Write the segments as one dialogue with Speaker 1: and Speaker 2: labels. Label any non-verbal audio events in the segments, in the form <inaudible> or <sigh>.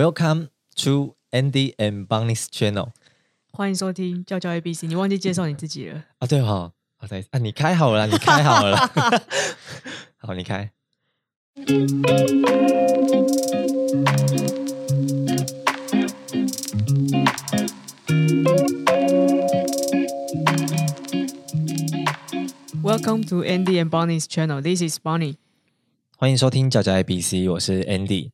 Speaker 1: Welcome to Andy and Bonnie's channel
Speaker 2: 欢迎收听教教 ABC，你忘记介绍你自己了。
Speaker 1: 啊，对哈、哦，好再啊，你开好了啦，你开好了 <laughs> 啦，好，你开。
Speaker 2: Welcome to Andy and Bonnie's channel. This is Bonnie。
Speaker 1: 欢迎收听角角 ABC，我是 Andy。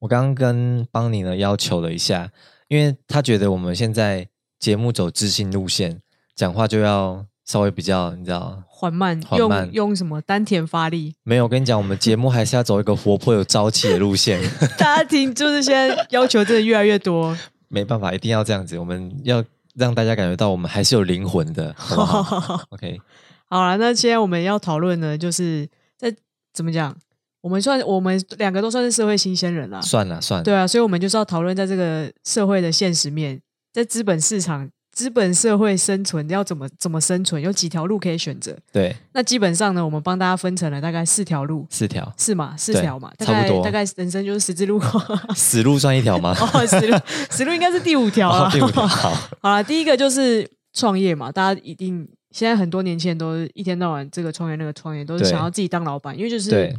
Speaker 1: 我刚刚跟邦尼呢要求了一下，因为他觉得我们现在节目走知性路线，讲话就要稍微比较，你知道，
Speaker 2: 缓慢，
Speaker 1: 缓慢
Speaker 2: 用用什么丹田发力？ <laughs>
Speaker 1: 没有。我跟你讲，我们节目还是要走一个活泼有朝气的路 <laughs> 线，
Speaker 2: 大家听，就是现在要求真的越来
Speaker 1: <laughs>
Speaker 2: 越多。
Speaker 1: 没办法，一定要这样子。我们要让大家感觉到我们还是有灵魂的，好不 <laughs> 好？OK，
Speaker 2: <laughs> 好了，那现在我们要讨论的，就是在怎么讲？我们算我们两个都算是社会新鲜人啦，
Speaker 1: 算了算了，
Speaker 2: 对啊，所以我们就是要讨论在这个社会的现实面，在资本市场、资本社会生存要怎么怎么生存，有几条路可以选择。
Speaker 1: 对，
Speaker 2: 那基本上呢，我们帮大家分成了大概四条路，
Speaker 1: 四条，
Speaker 2: 是嘛？四
Speaker 1: 对
Speaker 2: 条嘛，大
Speaker 1: 差不
Speaker 2: 概
Speaker 1: 多
Speaker 2: 大概人生就是十字路口。 <laughs>
Speaker 1: 死路算一条吗？
Speaker 2: 哦，死
Speaker 1: <laughs>
Speaker 2: 路死路应该是第五条
Speaker 1: 哦
Speaker 2: 啊。
Speaker 1: 第五条，好，
Speaker 2: <laughs> 好了，第一个就是创业嘛，大家一定现在很多年轻人都一天到晚这个创业那个创业，都是
Speaker 1: 对
Speaker 2: 想要自己当老板，因为就是
Speaker 1: 对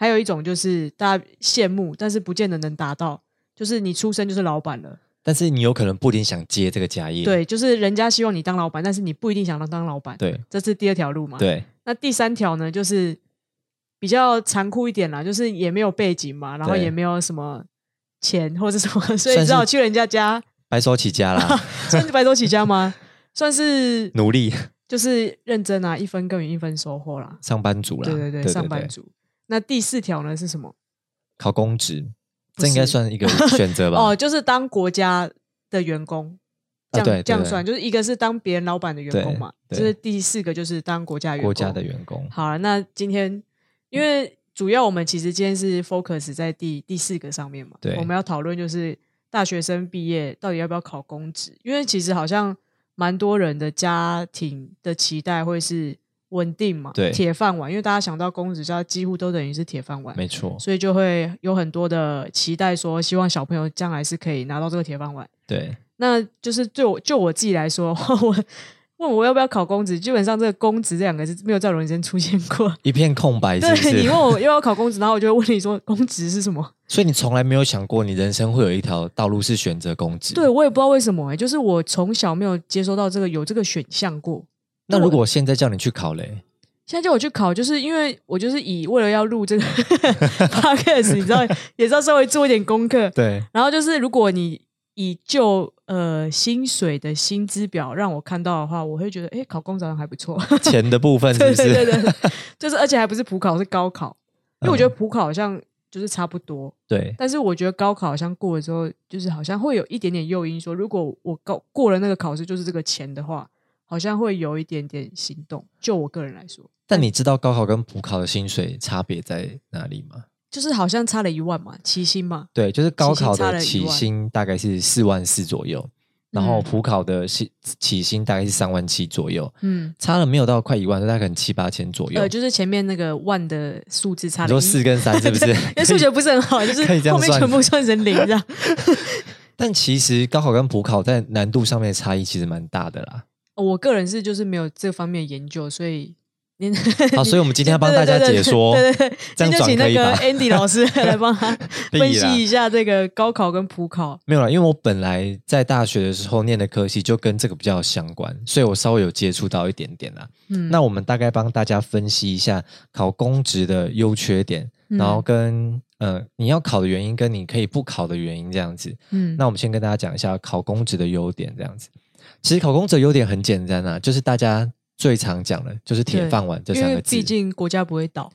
Speaker 2: 还有一种就是大家羡慕，但是不见得能达到，就是你出生就是老板了，
Speaker 1: 但是你有可能不一定想接这个家业，
Speaker 2: 对，就是人家希望你当老板，但是你不一定想当当老板，
Speaker 1: 对
Speaker 2: 这是第二条路嘛。
Speaker 1: 对
Speaker 2: 那第三条呢，就是比较残酷一点啦，就是也没有背景嘛，然后
Speaker 1: 对
Speaker 2: 也没有什么钱或者什么， <laughs> 所
Speaker 1: 算
Speaker 2: 以
Speaker 1: 是
Speaker 2: 只好去人家家，
Speaker 1: 白手起家啦，
Speaker 2: <laughs> 算是白手起家吗？算是
Speaker 1: 努力
Speaker 2: 就是认真啊，一分耕耘一分收获啦。
Speaker 1: 上班族啦，
Speaker 2: 对对对，上班族。那第四条呢是什么？
Speaker 1: 考公职，
Speaker 2: 不
Speaker 1: 这应该
Speaker 2: 是
Speaker 1: 算一个选择吧？
Speaker 2: <laughs> 哦，就是当国家的员工，
Speaker 1: 啊
Speaker 2: 这样、
Speaker 1: 对对
Speaker 2: 这样
Speaker 1: 对
Speaker 2: 算，就是一个是当别人老板的员工嘛，
Speaker 1: 对
Speaker 2: 这
Speaker 1: 对
Speaker 2: 是第四个，就是当国家员工。
Speaker 1: 国家的员工，
Speaker 2: 好了，那今天因为主要我们其实今天是 focus 在第第四个上面嘛，
Speaker 1: 对
Speaker 2: 我们要讨论就是大学生毕业到底要不要考公职，因为其实好像蛮多人的家庭的期待会是稳定嘛，
Speaker 1: 对
Speaker 2: 铁饭碗，因为大家想到公职，就要几乎都等于是铁饭碗，
Speaker 1: 没错，
Speaker 2: 所以就会有很多的期待，说希望小朋友将来是可以拿到这个铁饭碗。
Speaker 1: 对
Speaker 2: 那就是对我就我自己来说， <laughs> 我问我要不要考公职，基本上这个公职这两个字没有在我人生出现过。
Speaker 1: 一片空白，哎是不
Speaker 2: 对你
Speaker 1: 是
Speaker 2: 问？我要不要考公职，然后我就会问你说公职是
Speaker 1: <laughs>
Speaker 2: 什么？
Speaker 1: 所以你从来没有想过，你人生会有一条道路是选择公职。
Speaker 2: 对，我也不知道为什么、欸，就是我从小没有接收到这个有这个选项过。
Speaker 1: 那如果现在叫你去考嘞，
Speaker 2: 现在叫我去考，就是因为我就是以为了要
Speaker 1: <laughs>
Speaker 2: 录这个 <laughs> podcast，你知道，也是要稍微做一点功课。
Speaker 1: 对
Speaker 2: 然后就是，如果你以就呃薪水的薪资表让我看到的话，我会觉得，哎、考公职好像还不错。
Speaker 1: 钱的部分是
Speaker 2: 对
Speaker 1: 不
Speaker 2: <laughs> 对对
Speaker 1: 是？
Speaker 2: 对，对就是而且还不是普考，是高考，因为我觉得
Speaker 1: 嗯
Speaker 2: 普考好像就是差不多，
Speaker 1: 对
Speaker 2: 但是我觉得高考好像过了之后，就是好像会有一点点诱因说，如果我高过了那个考试，就是这个钱的话，好像会有一点点心动。就我个人来说，
Speaker 1: 但你知道高考跟普考的薪水差别在哪里吗？
Speaker 2: 就是好像差了一万嘛，起薪嘛，
Speaker 1: 对，就是高
Speaker 2: 起薪
Speaker 1: 考
Speaker 2: 差
Speaker 1: 的
Speaker 2: 了一
Speaker 1: 起
Speaker 2: 万
Speaker 1: 薪大概是四万四左右，然后
Speaker 2: 嗯
Speaker 1: 普考的起起薪大概是三万七左右，
Speaker 2: 嗯，
Speaker 1: 差了没有到快一万，大概可能七八千左右。
Speaker 2: 呃，就是前面那个万的数字差
Speaker 1: 你
Speaker 2: 了
Speaker 1: 说
Speaker 2: 一，
Speaker 1: 四跟三是不是
Speaker 2: <laughs> 对？因为数学不是很好，就是
Speaker 1: 可以这样
Speaker 2: 后面
Speaker 1: 算
Speaker 2: 全部算成零这样。
Speaker 1: <laughs>
Speaker 2: <laughs>
Speaker 1: 但其实高考跟普考在难度上面的差异其实蛮大的
Speaker 2: <laughs>
Speaker 1: 啦。
Speaker 2: 我个人是就是没有这方面研究，所以 <laughs> 您
Speaker 1: 好，所以我们今天要帮大家解说，
Speaker 2: 对对对，
Speaker 1: 这
Speaker 2: 今
Speaker 1: 样转
Speaker 2: 天就请
Speaker 1: 可
Speaker 2: 那
Speaker 1: 以吧
Speaker 2: 个？Andy
Speaker 1: <laughs>
Speaker 2: 老师来帮他
Speaker 1: 屁
Speaker 2: 分
Speaker 1: 啦
Speaker 2: 析一下这个高考跟普考。
Speaker 1: 没有啦，因为我本来在大学的时候念的科系就跟这个比较有相关，所以我稍微有接触到一点点啦。
Speaker 2: 嗯，
Speaker 1: 那我们大概帮大家分析一下考公职的优缺点，
Speaker 2: 嗯
Speaker 1: 然后跟呃你要考的原因跟你可以不考的原因这样子。
Speaker 2: 嗯
Speaker 1: 那我们先跟大家讲一下考公职的优点这样子。其实考公职的优点很简单啊，就是大家最常讲的就是铁
Speaker 2: 对
Speaker 1: 饭碗这
Speaker 2: 因
Speaker 1: 三
Speaker 2: 为
Speaker 1: 个字
Speaker 2: 毕。竟国家不会倒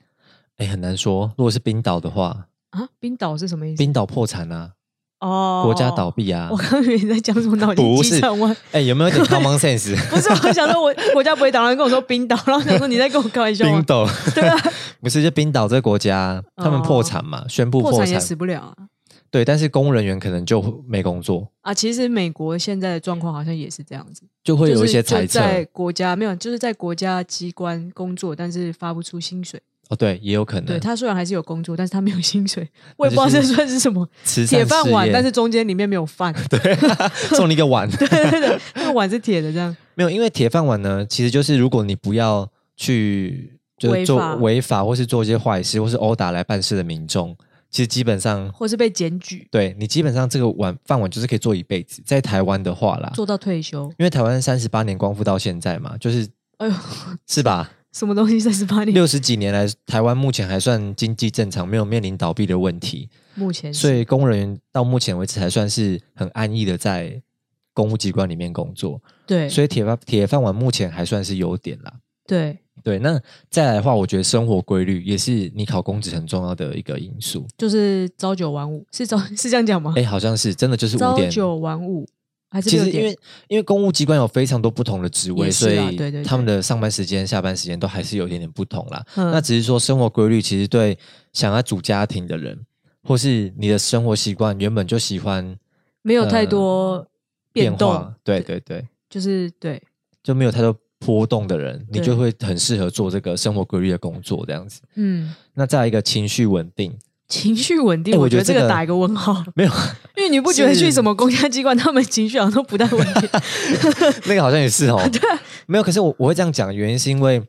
Speaker 1: 哎，很难说。如果是冰岛的话，
Speaker 2: 啊，冰岛是什么意思？
Speaker 1: 冰岛破产啊，
Speaker 2: 哦，
Speaker 1: 国家倒。闭啊
Speaker 2: 我。刚以为你在讲什么脑筋
Speaker 1: <laughs> 不
Speaker 2: 急
Speaker 1: 是
Speaker 2: 转弯，，
Speaker 1: 哎，有没有点 common
Speaker 2: <laughs>
Speaker 1: sense？
Speaker 2: 不是我想说我国家不会倒，然后跟我说冰岛，然后想说你在跟我开玩
Speaker 1: <laughs>
Speaker 2: 笑
Speaker 1: 冰
Speaker 2: 吗？
Speaker 1: 岛
Speaker 2: 对啊，
Speaker 1: 不是，就冰岛这个国家，他们破产嘛，宣布
Speaker 2: 哦破
Speaker 1: 破
Speaker 2: 产也
Speaker 1: 产，
Speaker 2: 死不了啊。
Speaker 1: 对，但是公务人员可能就没工作，
Speaker 2: 啊，其实美国现在的状况好像也是这样子，
Speaker 1: 就会有一些
Speaker 2: 就是
Speaker 1: 猜
Speaker 2: 就
Speaker 1: 测。
Speaker 2: 在国家没有，就是在国家机关工作，但是发不出薪水。
Speaker 1: 哦，对，也有可能。
Speaker 2: 对他虽然还是有工作，但是他没有薪水，我
Speaker 1: 那
Speaker 2: 也不知
Speaker 1: 就
Speaker 2: 道这
Speaker 1: 是
Speaker 2: 算是什么
Speaker 1: 慈善
Speaker 2: 铁饭
Speaker 1: 事
Speaker 2: 碗，
Speaker 1: 业
Speaker 2: 但是中间里面没有饭，对
Speaker 1: <laughs> 送你一个碗，
Speaker 2: 对对， <laughs> 那个碗是铁的这样。
Speaker 1: 没有，因为铁饭碗呢，其实就是如果你不要去就是
Speaker 2: 违
Speaker 1: 做
Speaker 2: 法
Speaker 1: 违法或是做一些坏事，或是殴打来办事的民众，其实基本上
Speaker 2: 或是被检举，
Speaker 1: 对你基本上这个碗饭碗就是可以做一辈子。在台湾的话啦，
Speaker 2: 做到退休。
Speaker 1: 因为台湾三十八年光复到现在嘛，就是
Speaker 2: 哎呦，
Speaker 1: 是吧？
Speaker 2: 什么东西三十八年？
Speaker 1: 六十几年来，台湾目前还算经济正常，没有面临倒闭的问题，
Speaker 2: 目前是
Speaker 1: 所以公务人员到目前为止还算是很安逸的在公务机关里面工作，
Speaker 2: 对，
Speaker 1: 所
Speaker 2: 以
Speaker 1: 以铁饭铁饭碗目前还算是优点啦。
Speaker 2: 对，
Speaker 1: 对，那再来的话，我觉得生活规律也是你考公职很重要的一个因素。
Speaker 2: 就是朝九晚五，是朝是这样讲吗？
Speaker 1: 哎，好像是真的，就是五
Speaker 2: 朝
Speaker 1: 点。
Speaker 2: 九晚五还是
Speaker 1: 其
Speaker 2: 六
Speaker 1: 实因
Speaker 2: 点？
Speaker 1: 为因为公务机关有非常多不同的职位，
Speaker 2: 也是
Speaker 1: 所
Speaker 2: 啊
Speaker 1: 以
Speaker 2: 对对
Speaker 1: 他们的上班时间、下班时间都还是有一点点不同啦。
Speaker 2: 嗯
Speaker 1: 那只是说生活规律，其实对想要组家庭的人，或是你的生活习惯原本就喜欢
Speaker 2: 没有太
Speaker 1: 呃
Speaker 2: 多变动，
Speaker 1: 化，对对对，
Speaker 2: 就是对
Speaker 1: 就没有太多波动的人，你
Speaker 2: 对
Speaker 1: 就会很适合做这个生活规律的工作这样子。
Speaker 2: 嗯，
Speaker 1: 那再来一个情绪稳定，
Speaker 2: 情绪稳定，
Speaker 1: 哎我
Speaker 2: 我
Speaker 1: 觉
Speaker 2: 觉
Speaker 1: 得
Speaker 2: 得
Speaker 1: 这
Speaker 2: 这
Speaker 1: 个
Speaker 2: 个打一个
Speaker 1: <laughs>
Speaker 2: 问号，
Speaker 1: 没有
Speaker 2: 因为你不觉得
Speaker 1: 是
Speaker 2: 去什么公家机关，他们情绪好像都不太稳定，
Speaker 1: 那个好像也
Speaker 2: <laughs>
Speaker 1: 是哦，没有。可是我我会这样讲，原因是因为，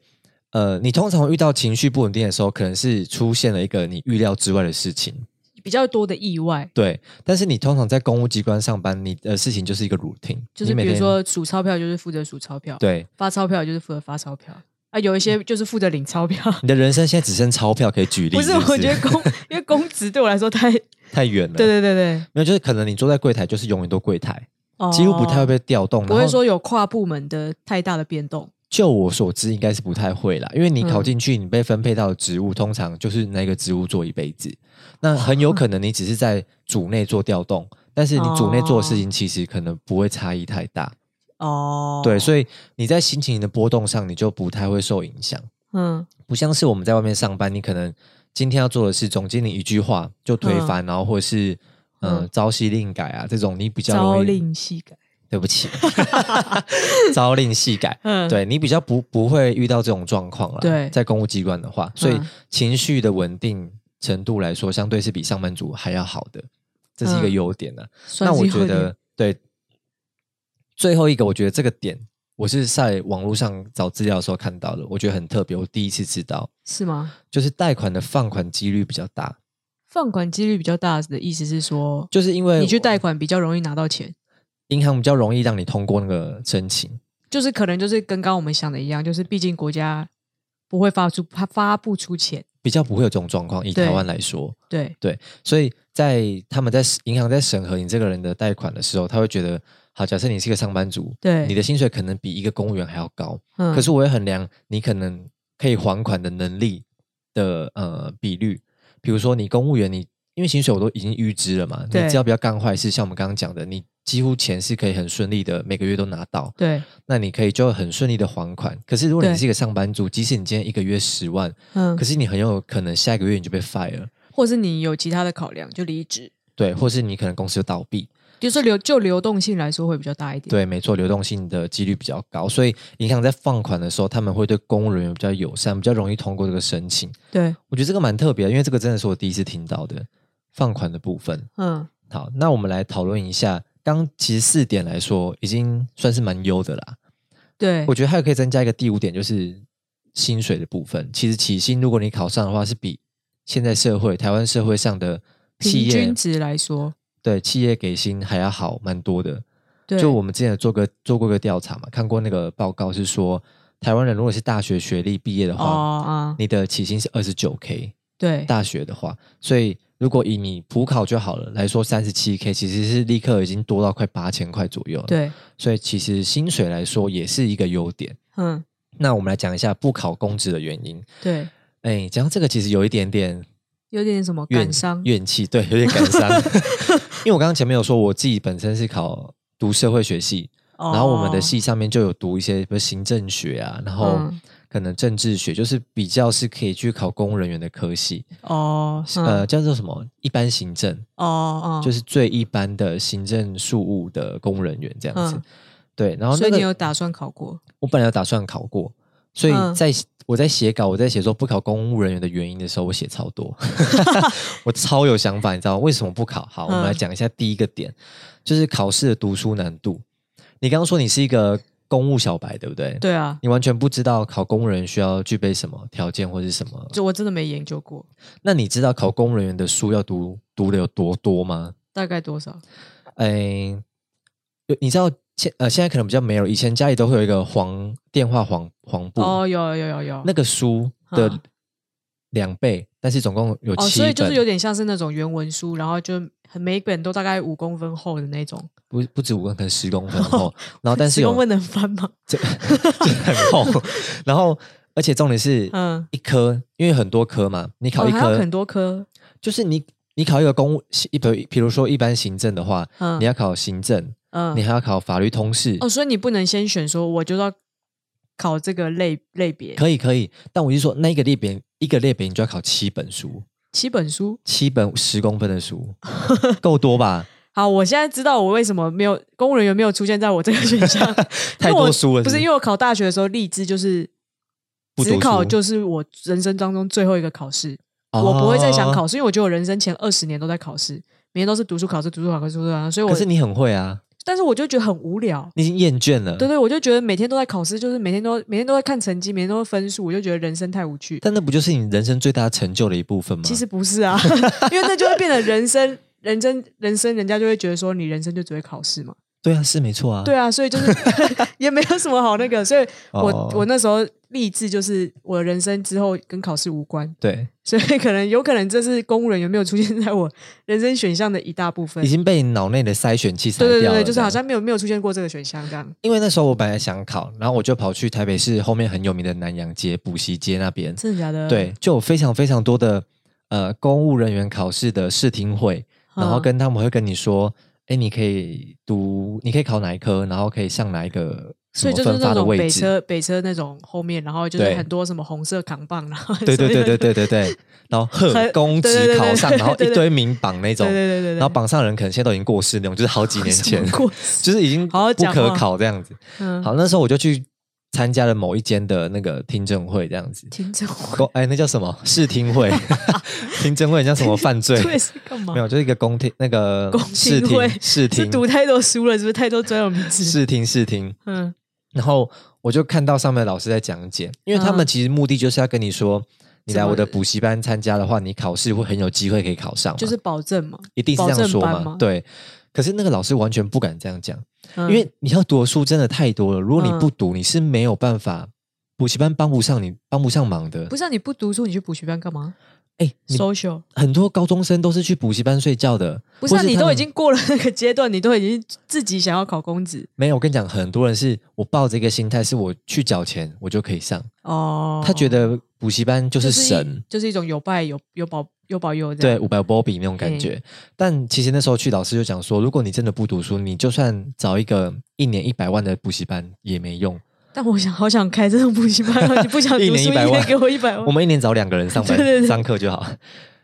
Speaker 1: 呃，你通常会遇到情绪不稳定的时候，可能是出现了一个你预料之外的事情，
Speaker 2: 比较多的意外，
Speaker 1: 对。但是你通常在公务机关上班，你的事情就是一个 routine，
Speaker 2: 就
Speaker 1: 你
Speaker 2: 是
Speaker 1: 每
Speaker 2: 比如
Speaker 1: 天
Speaker 2: 说数钞票就是负责数钞票，
Speaker 1: 对，嗯
Speaker 2: 发钞票就是负责发钞票，啊，有一些就是负责领
Speaker 1: <laughs>
Speaker 2: 钞票。
Speaker 1: 你的人生现在只剩钞票可以举例，
Speaker 2: 不是，
Speaker 1: 是不是
Speaker 2: 我觉得公，因为公职对我来说太，对
Speaker 1: 太远了，
Speaker 2: 对对对，
Speaker 1: 没有，就是可能你坐在柜台，就是永远都柜台，
Speaker 2: 哦
Speaker 1: 几乎不太会被调动。
Speaker 2: 不
Speaker 1: 然
Speaker 2: 会
Speaker 1: 后
Speaker 2: 说有跨部门的太大的变动，
Speaker 1: 就我所知，应该是不太会啦，因为你考
Speaker 2: 嗯
Speaker 1: 进去，你被分配到的职务，通常就是那个职务做一辈子。那很
Speaker 2: 哦
Speaker 1: 有可能你只是在组内做调动，但是你组内做的事情其实可能不会差异太大。
Speaker 2: 哦，
Speaker 1: 对，
Speaker 2: 以
Speaker 1: 所以你在心情的波动上，你就不太会受影响。
Speaker 2: 嗯，
Speaker 1: 不像是我们在外面上班，你可能今天要做的是总经理一句话就推翻，然后或是呃
Speaker 2: 嗯
Speaker 1: 朝夕令改啊这种，你比较
Speaker 2: 朝
Speaker 1: 容易。
Speaker 2: 令夕改，
Speaker 1: 对不起， <laughs> 朝令夕改。
Speaker 2: 嗯，
Speaker 1: 对你比较不不会遇到这种状况了。
Speaker 2: 对
Speaker 1: 在公务机关的话，所以
Speaker 2: 嗯
Speaker 1: 情绪的稳定程度来说，相对是比上班族还要好的，这是一个
Speaker 2: 嗯
Speaker 1: 优点呢、啊。
Speaker 2: 算
Speaker 1: 那
Speaker 2: 是
Speaker 1: 我
Speaker 2: 有
Speaker 1: 觉
Speaker 2: 点
Speaker 1: 得对，最后一个，我觉得这个点我是在网络上找资料的时候看到的，我觉得很特别，我第一次知道，
Speaker 2: 是吗？
Speaker 1: 就是贷款的放款几率比较大，
Speaker 2: 放款几率比较大的意思是说，
Speaker 1: 就是因为
Speaker 2: 你去贷款比较容易拿到钱，
Speaker 1: 银行比较容易让你通过那个申请。
Speaker 2: 就是可能就是跟刚刚我们想的一样，就是毕竟国家不会发出发发不出钱，
Speaker 1: 比较不会有这种状况，以
Speaker 2: 对
Speaker 1: 台湾来说，
Speaker 2: 对，
Speaker 1: 所以在他们在银行在审核你这个人的贷款的时候，他会觉得，好，假设你是一个上班族，
Speaker 2: 对
Speaker 1: 你的薪水可能比一个公务员还要高，
Speaker 2: 嗯
Speaker 1: 可是我会衡量你可能可以还款的能力的呃比率，比如说你公务员你，因为薪水我都已经预支了嘛，你
Speaker 2: 对
Speaker 1: 只要不要干坏事，像我们刚刚讲的，你几乎钱是可以很顺利的每个月都拿到，
Speaker 2: 对，
Speaker 1: 那你可以就很顺利的还款。可是如果你
Speaker 2: 对
Speaker 1: 是一个上班族，即使你今天一个月十万，
Speaker 2: 嗯
Speaker 1: 可，是你很有可能下一个月你就被 fire 了。
Speaker 2: 或是你有其他的考量就离职，
Speaker 1: 对，或是你可能公司就倒闭，
Speaker 2: 就是流就流动性来说会比较大一点，
Speaker 1: 对，没错，流动性的几率比较高，所以银行在放款的时候，他们会对公务人员比较友善，比较容易通过这个申请。
Speaker 2: 对，
Speaker 1: 我觉得这个蛮特别的，因为这个真的是我第一次听到的放款的部分。
Speaker 2: 嗯。
Speaker 1: 好，那我们来讨论一下，刚其实四点来说已经算是蛮优的啦。
Speaker 2: 对
Speaker 1: 我，觉得还可以增加一个第五点，就是薪水的部分。其实起薪，如果你考上的话，是比现在社会台湾社会上的企
Speaker 2: 平
Speaker 1: 业
Speaker 2: 均值来说，
Speaker 1: 对企业给薪还要好蛮多的。
Speaker 2: 对，
Speaker 1: 就我们之前有做个做过个调查嘛，看过那个报告是说，台湾人如果是大学学历毕业的
Speaker 2: 哦
Speaker 1: 话，
Speaker 2: 啊，
Speaker 1: 你的起薪是二十九 k，
Speaker 2: 对，
Speaker 1: 大学的话，所以如果以你普考就好了来说，三十七 k 其实是立刻已经多到快八千块左右了。，
Speaker 2: 对，
Speaker 1: 所以其实薪水来说也是一个优点。
Speaker 2: 嗯，
Speaker 1: 那我们来讲一下不考公职的原因。
Speaker 2: 对，
Speaker 1: 哎，讲到这个其实有一点点
Speaker 2: 有点什么
Speaker 1: 怨
Speaker 2: 感伤，
Speaker 1: 怨气，对，有点感
Speaker 2: <laughs>
Speaker 1: 伤。因为我刚刚前面有说，我自己本身是考读社会学系，
Speaker 2: 哦
Speaker 1: 然后我们的系上面就有读一些，比如行政学啊，然后
Speaker 2: 嗯
Speaker 1: 可能政治学，就是比较是可以去考公务人员的科系，
Speaker 2: 哦，嗯
Speaker 1: 呃，叫做什么一般行政，
Speaker 2: 哦哦，
Speaker 1: 就是是最一般的行政事务的公务人员这样子。
Speaker 2: 嗯
Speaker 1: 对，然后
Speaker 2: 所
Speaker 1: 那
Speaker 2: 以
Speaker 1: 个
Speaker 2: 你有打算考过？
Speaker 1: 我本来有打算考过，所以
Speaker 2: 嗯
Speaker 1: 在、我在写稿，我在写说不考公务人员的原因的时候，我写超
Speaker 2: <laughs>
Speaker 1: 多，我超有想法，你知道为什么不考？好，我们
Speaker 2: 嗯
Speaker 1: 来讲一下第一个点，就是考试的读书难度。你刚刚说你是一个公务小白，对不对？，
Speaker 2: 对啊，
Speaker 1: 你完全不知道考公务人员需要具备什么条件或是什么。
Speaker 2: 就我真的没研究过，
Speaker 1: 那你知道考公务人员的书要读读的有多多吗？
Speaker 2: 大概多少？
Speaker 1: 哎，有你知道现呃现在可能比较没有，以前家里都会有一个黄电话黄黄布，
Speaker 2: 哦，有有有有，
Speaker 1: 那个书的
Speaker 2: 嗯
Speaker 1: 两倍，但是总共有
Speaker 2: 哦，
Speaker 1: 七
Speaker 2: 所
Speaker 1: 本，
Speaker 2: 以就是有点像是那种原文书，然后就很每一本都大概五公分厚的那种。
Speaker 1: 不不止五公分，可能十公分厚，然哦后但是
Speaker 2: 10
Speaker 1: 有
Speaker 2: 哦公分能翻吗？
Speaker 1: 这 <laughs> 这很厚，然后而且重点是，
Speaker 2: <laughs> 嗯，
Speaker 1: 一科，因为很多科嘛，你考
Speaker 2: 哦
Speaker 1: 一
Speaker 2: 还要
Speaker 1: 科，
Speaker 2: 很多科，
Speaker 1: 就是你你考一个公务一比比如说一般行政的话，
Speaker 2: 嗯，
Speaker 1: 你要考行政，
Speaker 2: 嗯
Speaker 1: 你还要考法律通识，
Speaker 2: 哦，所以你不能先选说我就要考这个类类别
Speaker 1: 可以可以，但我就说那一个类别一个类别你就要考七本书，
Speaker 2: 七本书。
Speaker 1: 七本十公分的
Speaker 2: <laughs>
Speaker 1: 书，够多吧？
Speaker 2: 好，我现在知道我为什么没有公务人员没有出现在我这个选项，
Speaker 1: <laughs> 太
Speaker 2: 因为我
Speaker 1: 多书了
Speaker 2: 不
Speaker 1: 是不
Speaker 2: 是
Speaker 1: 是
Speaker 2: 因为我考大学的时候立志就是
Speaker 1: 不
Speaker 2: 只
Speaker 1: 读
Speaker 2: 考
Speaker 1: 书哦
Speaker 2: 就是我人生当中最后一个考试，我不会再想考试，因为我觉得我人生前二十年都在考试，每天都是读书考试、读书考试、读书考试，所以
Speaker 1: 哦。
Speaker 2: 我
Speaker 1: 可是你很会啊，
Speaker 2: 但是我就觉得很无聊。
Speaker 1: 你已经厌倦了。
Speaker 2: 对对，我就觉得每天都在考试，就是每天都每天都在看成绩，每天都在分数，我就觉得人生太无趣。
Speaker 1: 但那不就是你人生最大成就的一部分吗？
Speaker 2: 其实不是啊， <laughs> 因为那就会变得人生、人生、人生，人家就会觉得说你人生就只会考试嘛。
Speaker 1: 对啊，是没错啊。
Speaker 2: 对啊，所以就是 <laughs> 也没有什么好那个，所以我、
Speaker 1: 哦
Speaker 2: 我那时候立志就是我人生之后跟考试无关，
Speaker 1: 对，
Speaker 2: 所以可能有可能这是公务人员没有出现在我人生选项的一大部分
Speaker 1: 已。经被脑内的筛选器筛掉
Speaker 2: 对
Speaker 1: 了。
Speaker 2: 对对对，就
Speaker 1: 这
Speaker 2: 是
Speaker 1: 样
Speaker 2: 好像没有没有出现过这个选项这样，
Speaker 1: 因为那时候我本来想考，然后我就跑去台北市后面很有名的南洋街补习街那边，
Speaker 2: 真的假的？
Speaker 1: 对，就有非常非常多的呃公务人员考试的试听会，
Speaker 2: 嗯，
Speaker 1: 然后跟他们会跟你说，哎，你可以读，你可以考哪一科，然后可以上哪一个什
Speaker 2: 所以
Speaker 1: 么
Speaker 2: 就是
Speaker 1: 分发
Speaker 2: 那
Speaker 1: 的
Speaker 2: 种
Speaker 1: 位
Speaker 2: 北
Speaker 1: 置。
Speaker 2: 车北车那种后面，然后就是
Speaker 1: 对
Speaker 2: 很多什么红色扛棒，然后
Speaker 1: 对对
Speaker 2: 什
Speaker 1: 对
Speaker 2: 么
Speaker 1: 对对
Speaker 2: <laughs>
Speaker 1: 对对，然后贺
Speaker 2: 很
Speaker 1: 公
Speaker 2: 对对对
Speaker 1: 职
Speaker 2: 对
Speaker 1: 考上，
Speaker 2: 对
Speaker 1: 然后
Speaker 2: 对
Speaker 1: 一
Speaker 2: 对
Speaker 1: 堆名榜那种
Speaker 2: 对，对对对，
Speaker 1: 然后榜上的人可能现在都已经过世那种，就是好几
Speaker 2: <laughs>
Speaker 1: 年前，
Speaker 2: 过，
Speaker 1: 就是已经
Speaker 2: 好好
Speaker 1: 不
Speaker 2: 讲
Speaker 1: 可
Speaker 2: 话
Speaker 1: 考这样子。
Speaker 2: 嗯，
Speaker 1: 好，那时候我就去参加了某一间的那个听证会，这样子。<laughs>
Speaker 2: 听证会
Speaker 1: 公哎，那叫什么？试听
Speaker 2: <laughs>
Speaker 1: 会，听证会很像什么犯罪？
Speaker 2: 对是干嘛
Speaker 1: 没？有，就是一个公听那个
Speaker 2: 公
Speaker 1: 试
Speaker 2: 听会
Speaker 1: 听试
Speaker 2: 是
Speaker 1: 听
Speaker 2: 读太多书了，是不是太多专有名词？
Speaker 1: 试听试听。
Speaker 2: 嗯，
Speaker 1: 然后我就看到上面的老师在讲解，因为他们
Speaker 2: 嗯
Speaker 1: 其实目的就是要跟你说，你来
Speaker 2: 怎么
Speaker 1: 我的补习班参加的话，你考试会很有机会可以考上嘛，
Speaker 2: 就是保证嘛，
Speaker 1: 一定是这样说
Speaker 2: 保
Speaker 1: 嘛
Speaker 2: 证班吗
Speaker 1: 对。可是那个老师完全不敢这样讲，
Speaker 2: 因
Speaker 1: 因为你要读的书真的太多了，如果你
Speaker 2: 嗯
Speaker 1: 不读，你是没有办法，补习班帮不上你，帮不上忙的
Speaker 2: 不。是、啊、你不读书，你去补习班干嘛
Speaker 1: 哎，你
Speaker 2: ？social
Speaker 1: 很多高中生都是去补习班睡觉的，
Speaker 2: 不是、啊、
Speaker 1: 或
Speaker 2: 你
Speaker 1: 他
Speaker 2: 都已
Speaker 1: 们
Speaker 2: 经过了那个阶段，你都已经自己想要考公职
Speaker 1: 没有。我跟你讲，很多人是我抱着一个心态，是我去缴钱我就可以上，
Speaker 2: 哦。
Speaker 1: 他觉得补习班就
Speaker 2: 就是一
Speaker 1: 神，
Speaker 2: 就是一种有拜有有保有保佑这
Speaker 1: 对
Speaker 2: 样。
Speaker 1: 五百波比那种感
Speaker 2: 嘿
Speaker 1: 觉。但其实那时候去老师就讲说，如果你真的不读书，你就算找一个一年一百万的补习班也没用。
Speaker 2: 但我想好想开这种补习班啊，你不
Speaker 1: <laughs>
Speaker 2: 想读
Speaker 1: 一
Speaker 2: 书，
Speaker 1: 年
Speaker 2: 一
Speaker 1: 100万
Speaker 2: 年给我一百
Speaker 1: 我
Speaker 2: 万。
Speaker 1: 们一年找两个人上班
Speaker 2: <laughs> 对对对
Speaker 1: 上课就好。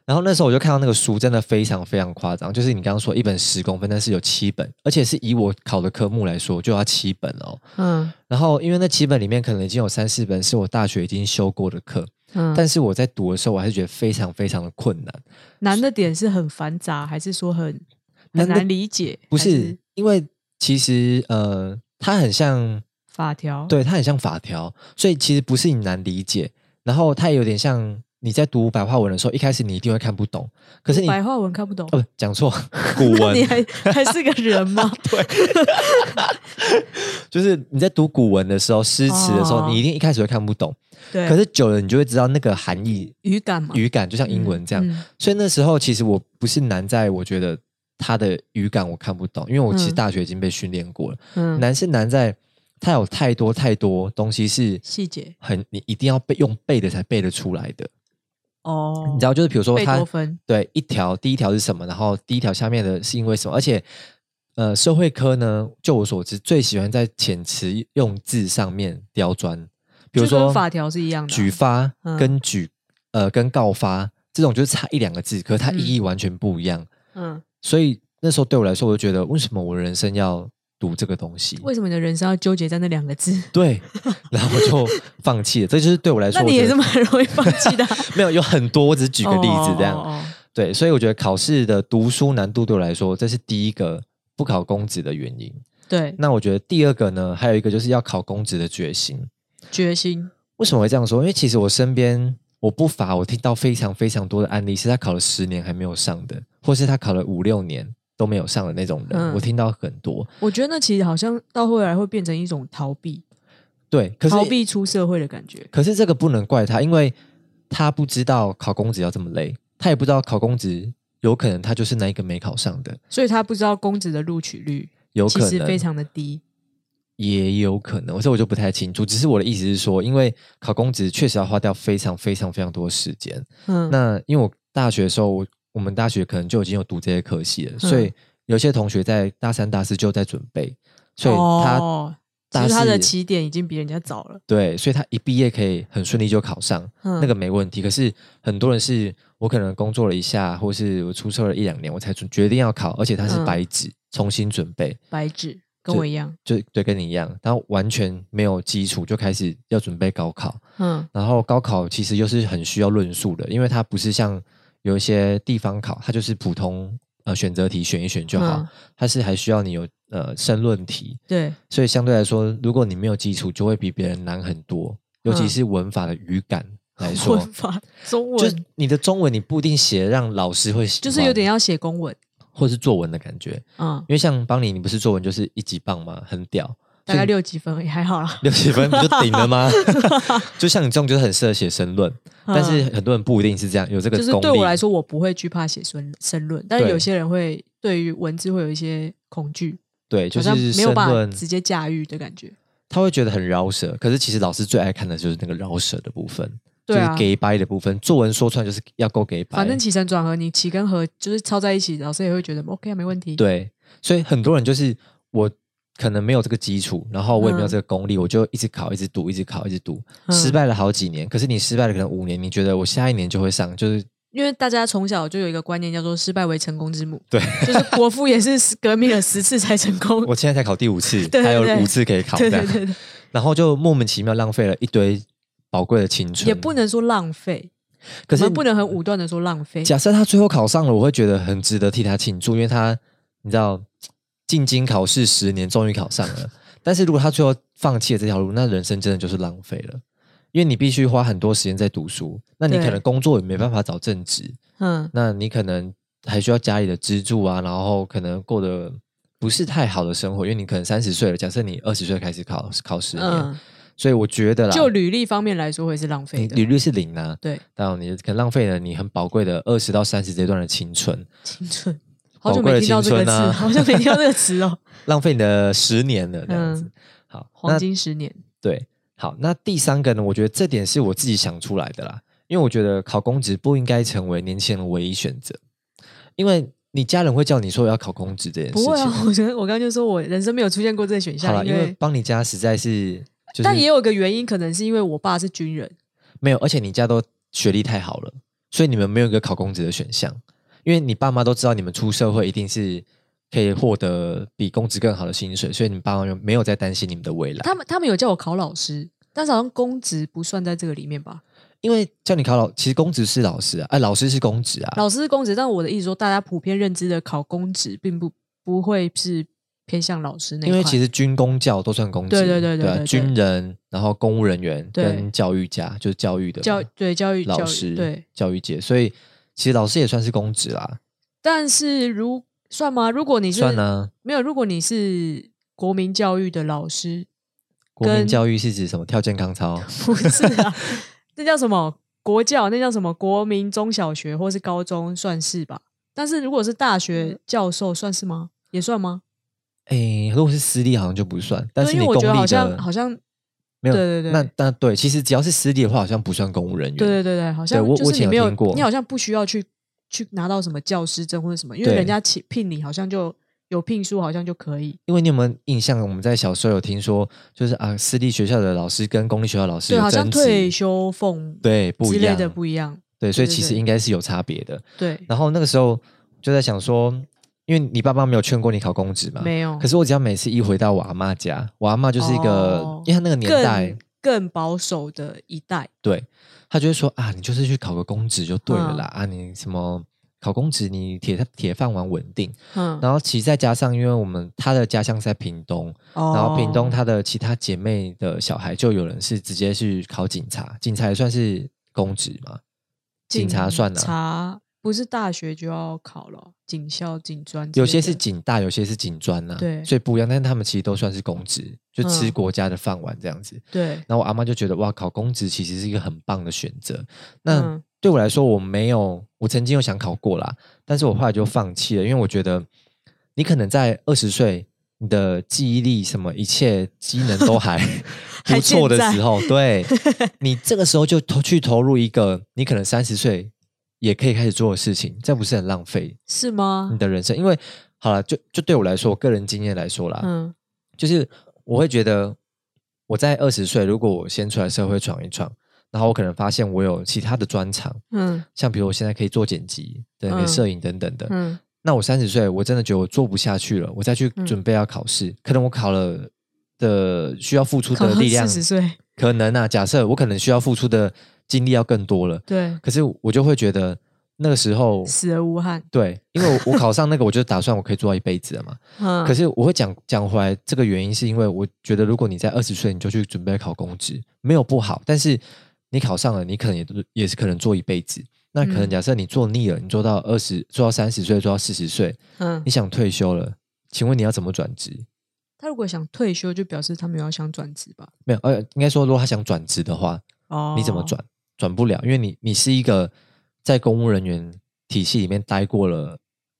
Speaker 1: 然后那时候我就看到那个书真的非常非常夸张，就是你刚刚说一本十公分，但是有七本，而且是以我考的科目来说就要七本哦。
Speaker 2: 嗯
Speaker 1: 然后因为那七本里面可能已经有三四本是我大学已经修过的课，
Speaker 2: 嗯，
Speaker 1: 但是我在读的时候我还是觉得非常非常的困难。
Speaker 2: 难的点是很繁杂，还是说很
Speaker 1: 难
Speaker 2: 很
Speaker 1: 的
Speaker 2: 难理解？
Speaker 1: 不
Speaker 2: 还
Speaker 1: 是因为其实呃，它很像
Speaker 2: 法条，
Speaker 1: 对，它很像法条，所以其实不是你难理解，然后它也有点像你在读白话文的时候，一开始你一定会看不懂，可是你
Speaker 2: 白话文看不懂。
Speaker 1: 哦，不讲
Speaker 2: <laughs>
Speaker 1: 错，古
Speaker 2: 那你
Speaker 1: 文
Speaker 2: 还还是个人
Speaker 1: <laughs>
Speaker 2: 吗？
Speaker 1: 就是你在读古文的时候、诗词的时候，
Speaker 2: 哦
Speaker 1: 你一定一开始会看不懂，
Speaker 2: 对，
Speaker 1: 可是久了你就会知道那个含义、
Speaker 2: 语感嘛，
Speaker 1: 语感，就像英文这样。
Speaker 2: 嗯嗯
Speaker 1: 所以那时候其实我不是难在我觉得它的语感我看不懂，因为我其实
Speaker 2: 嗯
Speaker 1: 大学已经被训练过了，
Speaker 2: 嗯，
Speaker 1: 难是难在它有太多太多东西是
Speaker 2: 细节
Speaker 1: 很你一定要背用背的才背得出来的，
Speaker 2: 哦，
Speaker 1: 你知道，就是比如说
Speaker 2: 贝
Speaker 1: 它
Speaker 2: 多芬
Speaker 1: 对，一条第一条是什么，然后第一条下面的是因为什么，而且呃，社会科呢，就我所知，最喜欢在遣词用字上面刁钻，比如
Speaker 2: 就跟
Speaker 1: 说
Speaker 2: 法条是一样的啊
Speaker 1: 举发
Speaker 2: 嗯
Speaker 1: 跟举、呃跟告发这种，就是差一两个字，可是它
Speaker 2: 嗯
Speaker 1: 意义完全不一样，
Speaker 2: 嗯，
Speaker 1: 所以那时候对我来说，我就觉得为什么我人生要读这个东西。
Speaker 2: 为什么你的人生要纠结在那两个字？
Speaker 1: 对，然后我就放弃了。这就是对我来说，
Speaker 2: <laughs> 那你
Speaker 1: 我觉
Speaker 2: 也是
Speaker 1: 得
Speaker 2: 蛮容易放弃的啊。
Speaker 1: <laughs> 没有有很多，我只是举个例子这样。
Speaker 2: 哦哦哦哦
Speaker 1: 对，所以我觉得考试的读书难度对我来说，这是第一个不考公职的原因。
Speaker 2: 对，
Speaker 1: 那我觉得第二个呢，还有一个就是要考公职的决心。
Speaker 2: 决心
Speaker 1: 为什么会这样说？因为其实我身边我不乏我听到非常非常多的案例，是他考了十年还没有上的，或是他考了五六年都没有上的那种人，
Speaker 2: 嗯
Speaker 1: 我听到很多。
Speaker 2: 我觉得那其实好像到后来会变成一种逃避，
Speaker 1: 对，可是
Speaker 2: 逃避出社会的感觉。
Speaker 1: 可是这个不能怪他，因为他不知道考公职要这么累，他也不知道考公职有可能他就是那一个没考上的，
Speaker 2: 所以他不知道公职的录取率
Speaker 1: 有
Speaker 2: 其
Speaker 1: 可
Speaker 2: 实
Speaker 1: 能
Speaker 2: 非常的低。
Speaker 1: 也有可能，所以我就不太清楚。只是我的意思是说，因为考公职确实要花掉非常非常非常多的时间。
Speaker 2: 嗯，
Speaker 1: 那因为我大学的时候，我我们大学可能就已经有读这些科系了，所
Speaker 2: 嗯
Speaker 1: 以有些同学在大三、大四就在准备，所以他、
Speaker 2: 哦、其
Speaker 1: 大
Speaker 2: 实
Speaker 1: 四
Speaker 2: 他的起点已经比人家早了。
Speaker 1: 对，所以他一毕业可以很顺利就考上，
Speaker 2: 嗯，
Speaker 1: 那个没问题。可是很多人是我可能工作了一下，或是我出社会了一两年，我才准决定要考，而且他是
Speaker 2: 嗯
Speaker 1: 白纸、重新准备，
Speaker 2: 白纸跟
Speaker 1: 就
Speaker 2: 我一样。
Speaker 1: 就对，跟你一样，他完全没有基础就开始要准备高考。
Speaker 2: 嗯，
Speaker 1: 然后高考其实又是很需要论述的，因为它不是像有一些地方考，它就是普通呃选择题选一选就好，
Speaker 2: 嗯
Speaker 1: 它是还需要你有呃申论题，
Speaker 2: 对，
Speaker 1: 所以相对来说，如果你没有基础，就会比别人难很多，尤其
Speaker 2: 嗯
Speaker 1: 是文法的语感
Speaker 2: <laughs>
Speaker 1: 来说，
Speaker 2: 文法中
Speaker 1: 就
Speaker 2: 文
Speaker 1: 你的中文你不一定写得让老师会喜
Speaker 2: 就
Speaker 1: 欢，
Speaker 2: 是有点要写公文。
Speaker 1: 或是作文的感觉，
Speaker 2: 嗯，
Speaker 1: 因为像邦尼，你不是作文就是一级棒吗？很屌。
Speaker 2: 大概六几分也还好啦。
Speaker 1: 六十分不就顶了
Speaker 2: <laughs>
Speaker 1: 吗？就像你这种就是很适合写申论， <laughs> 但是
Speaker 2: 嗯
Speaker 1: 很多人不一定是这样，有这个
Speaker 2: 就是
Speaker 1: 功力。
Speaker 2: 对我来说，我不会惧怕写申申论，但是
Speaker 1: 对
Speaker 2: 有些人会对于文字会有一些恐惧，
Speaker 1: 对，就
Speaker 2: 好像
Speaker 1: 是
Speaker 2: 没有
Speaker 1: 申
Speaker 2: 办法
Speaker 1: 论，
Speaker 2: 直接驾驭的感觉。
Speaker 1: 他会觉得很饶舌，可是其实老师最爱看的就是那个饶舌的部分，
Speaker 2: 对啊
Speaker 1: 就是 gay 掰的部分。作文说穿就是要够 gay 掰，
Speaker 2: 反正起承转合，你起跟合就是抄在一起，老师也会觉得 OK 啊，没问题。，
Speaker 1: 对，所以很多人就是我可能没有这个基础，然后我也没有这个功力，我就一直考，一直读，一直考，一直读，
Speaker 2: 嗯
Speaker 1: 失败了好几年。可是你失败了可能五年，你觉得我下一年就会上，就是
Speaker 2: 因为大家从小就有一个观念叫做“失败为成功之母
Speaker 1: 对。”，
Speaker 2: 就是国父也是革命了十次才成功。
Speaker 1: 我现在才考第五次，
Speaker 2: <laughs> 对对
Speaker 1: 还
Speaker 2: 对
Speaker 1: 有五次可以考，
Speaker 2: 对
Speaker 1: 这
Speaker 2: 对
Speaker 1: 样
Speaker 2: 对对，
Speaker 1: 然后就莫名其妙浪费了一堆宝贵的青春，
Speaker 2: 也不能说浪费，
Speaker 1: 可是
Speaker 2: 我们不能很武断的说浪费。
Speaker 1: 假设他最后考上了，我会觉得很值得替他庆祝，因为他你知道进京考试十年，终于考上了。 <laughs> 但是如果他最后放弃了这条路，那人生真的就是浪费了，因为你必须花很多时间在读书，那你
Speaker 2: 对
Speaker 1: 可能工作也没办法找正职，
Speaker 2: 嗯，
Speaker 1: 那你可能还需要家里的资助啊，然后可能过得不是太好的生活，因为你可能三十岁了，假设你二十岁开始考考十年，
Speaker 2: 嗯，
Speaker 1: 所以我觉得啦，
Speaker 2: 就履历方面来说会是浪费
Speaker 1: 你
Speaker 2: 的。
Speaker 1: 履历是零啊，
Speaker 2: 对，
Speaker 1: 然后你可能浪费了你很宝贵的二十到三十这段的青春，
Speaker 2: 青春，
Speaker 1: <laughs>
Speaker 2: 好
Speaker 1: 宝
Speaker 2: 久
Speaker 1: 贵的
Speaker 2: 没听到
Speaker 1: 青
Speaker 2: 这个
Speaker 1: 春
Speaker 2: 词，
Speaker 1: 啊，
Speaker 2: 好久没听到这个
Speaker 1: <laughs>
Speaker 2: 词哦。
Speaker 1: 浪费你的十年了这样子。
Speaker 2: 嗯
Speaker 1: 好，
Speaker 2: 黄
Speaker 1: 那
Speaker 2: 金十年，
Speaker 1: 对，好，那第三个呢？我觉得这点是我自己想出来的啦，因为我觉得考公职不应该成为年轻人唯一选择，因为你家人会叫你说要考公职这件事
Speaker 2: 不会啊
Speaker 1: 情。！
Speaker 2: 我觉得我刚刚就说我人生没有出现过这个选
Speaker 1: 好
Speaker 2: 项，
Speaker 1: 了，
Speaker 2: 因
Speaker 1: 因为
Speaker 2: 为
Speaker 1: 帮你家实在是就是
Speaker 2: 但也有一个原因，可能是因为我爸是军人，
Speaker 1: 没有，而且你家都学历太好了，所以你们没有一个考公职的选项，因为你爸妈都知道你们出社会一定是可以获得比公职更好的薪水，所以你爸妈就没有在担心你们的未来。
Speaker 2: 他们他们有叫我考老师，但是好像公职不算在这个里面吧？
Speaker 1: 因为叫你考老，其实公职是老师啊，哎，老师是公职啊，
Speaker 2: 老师是公职，但我的意思说，大家普遍认知的考公职，并不不会是偏向老师那一
Speaker 1: 因
Speaker 2: 块。
Speaker 1: 为其实军工教都算公职，
Speaker 2: 对对对对
Speaker 1: 对啊
Speaker 2: 对对
Speaker 1: 军人，然后公务人员
Speaker 2: 对
Speaker 1: 跟教育家，就是教育的
Speaker 2: 教
Speaker 1: 嘛
Speaker 2: 对教育
Speaker 1: 老
Speaker 2: 教育
Speaker 1: 师，
Speaker 2: 对，
Speaker 1: 教育界，所以其实老师也算是公职啦，
Speaker 2: 但是如算吗？如果你是
Speaker 1: 算啊。
Speaker 2: 没有，如果你是国民教育的老师，
Speaker 1: 国民
Speaker 2: 跟
Speaker 1: 教育是指什么？跳健康
Speaker 2: <laughs>
Speaker 1: 操？
Speaker 2: 不是啊，那叫什么国教？那叫什么国民中小学或是高中算是吧？但是如果是大学教授，算是吗？也算吗？
Speaker 1: 诶，如果是私立好像就不算，但
Speaker 2: 对
Speaker 1: 是
Speaker 2: 因
Speaker 1: 你
Speaker 2: 为
Speaker 1: 公
Speaker 2: 我
Speaker 1: 立
Speaker 2: 觉
Speaker 1: 的
Speaker 2: 得好像好像
Speaker 1: 没有，
Speaker 2: 对对对
Speaker 1: 那那对，其实只要是私立的话，好像不算公务人员。
Speaker 2: 对对对对，好像
Speaker 1: 对我
Speaker 2: 就
Speaker 1: 我
Speaker 2: 是你
Speaker 1: 以前有
Speaker 2: 没有
Speaker 1: 听过
Speaker 2: 你好像不需要去去拿到什么教师证或者什么，因为
Speaker 1: 对
Speaker 2: 人家请聘你好像就有聘书，好像就可以。
Speaker 1: 因为你有没有印象？我们在小时候有听说，就是啊，私立学校的老师跟公立学校的老师
Speaker 2: 对，
Speaker 1: 有
Speaker 2: 好像
Speaker 1: 争执，
Speaker 2: 退休俸
Speaker 1: 对不
Speaker 2: 之
Speaker 1: 一
Speaker 2: 类
Speaker 1: 样
Speaker 2: 的不一样。
Speaker 1: 对，所以
Speaker 2: 对对
Speaker 1: 其实
Speaker 2: 对
Speaker 1: 应该是有差别的。
Speaker 2: 对，
Speaker 1: 然后那个时候就在想说，因因为你爸妈没有劝过你考公职嘛。
Speaker 2: 没有，
Speaker 1: 可是我只要每次一回到我阿妈家，我阿妈就是一个，
Speaker 2: 哦
Speaker 1: 因为她那个年代
Speaker 2: 更，更保守的一代，
Speaker 1: 对，她就会说啊，你就是去考个公职就对
Speaker 2: 嗯
Speaker 1: 了啦，啊，你什么考公职，你铁铁饭碗稳定。
Speaker 2: 嗯，
Speaker 1: 然后其实再加上，因为我们她的家乡是在屏东，
Speaker 2: 然
Speaker 1: 然后屏
Speaker 2: 哦
Speaker 1: 东她的其他姐妹的小孩就有人是直接去考警察，警察也算是公职嘛，警察算了、
Speaker 2: 察不是大学就要考了，警校、警专之类
Speaker 1: 有
Speaker 2: 的，
Speaker 1: 些是警大，有些是警专呐、
Speaker 2: 对
Speaker 1: 所以不一样，但是他们其实都算是公职，就吃
Speaker 2: 嗯
Speaker 1: 国家的饭碗这样子。
Speaker 2: 对，
Speaker 1: 然后我阿妈就觉得哇，考公职其实是一个很棒的选择。那、
Speaker 2: 嗯
Speaker 1: 对我来说，我没有，我曾经有想考过啦，但是我后来就放弃了，因为我觉得你可能在二十岁，你的记忆力什么一切机能都还不
Speaker 2: <laughs> 还
Speaker 1: 错的
Speaker 2: 健在
Speaker 1: 时候，对你这个时候就投去投入一个你可能三十岁也可以开始做的事情，这不是很浪费
Speaker 2: 是吗
Speaker 1: 你？的人生？因为好了，就就对我来说，我个人经验来说啦，
Speaker 2: 嗯
Speaker 1: 就是我会觉得我在二十岁，如果我先出来社会闯一闯，然后我可能发现我有其他的专长，
Speaker 2: 嗯
Speaker 1: 像比如我现在可以做剪辑、等等
Speaker 2: 嗯
Speaker 1: 摄影等等的。
Speaker 2: 嗯，
Speaker 1: 那我三十岁，我真的觉得我做不下去了，我再去
Speaker 2: 嗯
Speaker 1: 准备要考试，可能我考了的需要付出
Speaker 2: 考
Speaker 1: 的
Speaker 2: 到
Speaker 1: 力量，
Speaker 2: 四十岁，
Speaker 1: 可能啊，假设我可能需要付出的精力要更多了，
Speaker 2: 对，
Speaker 1: 可是我就会觉得那个时候。
Speaker 2: 死而无憾。
Speaker 1: 对，因为我我考上那个，我就打算我可以做到一辈子了嘛。
Speaker 2: 嗯，
Speaker 1: 可是我会讲讲回来，这个原因是因为我觉得，如果你在二十岁你就去准备考公职，没有不好，但是你考上了，你可能也都也是可能做一辈子。那可能
Speaker 2: 嗯
Speaker 1: 假设你做腻了，你做到二十，做到三十岁，做到四十岁，
Speaker 2: 嗯
Speaker 1: 你，想退休了，请问你要怎么转职？
Speaker 2: 他如果想退休，就表示他没有想转职吧？
Speaker 1: 没有，呃，应该说，如果他想转职的话，
Speaker 2: 哦，
Speaker 1: 你怎么？转？转不了，因为你你是一个在公务人员体系里面待过了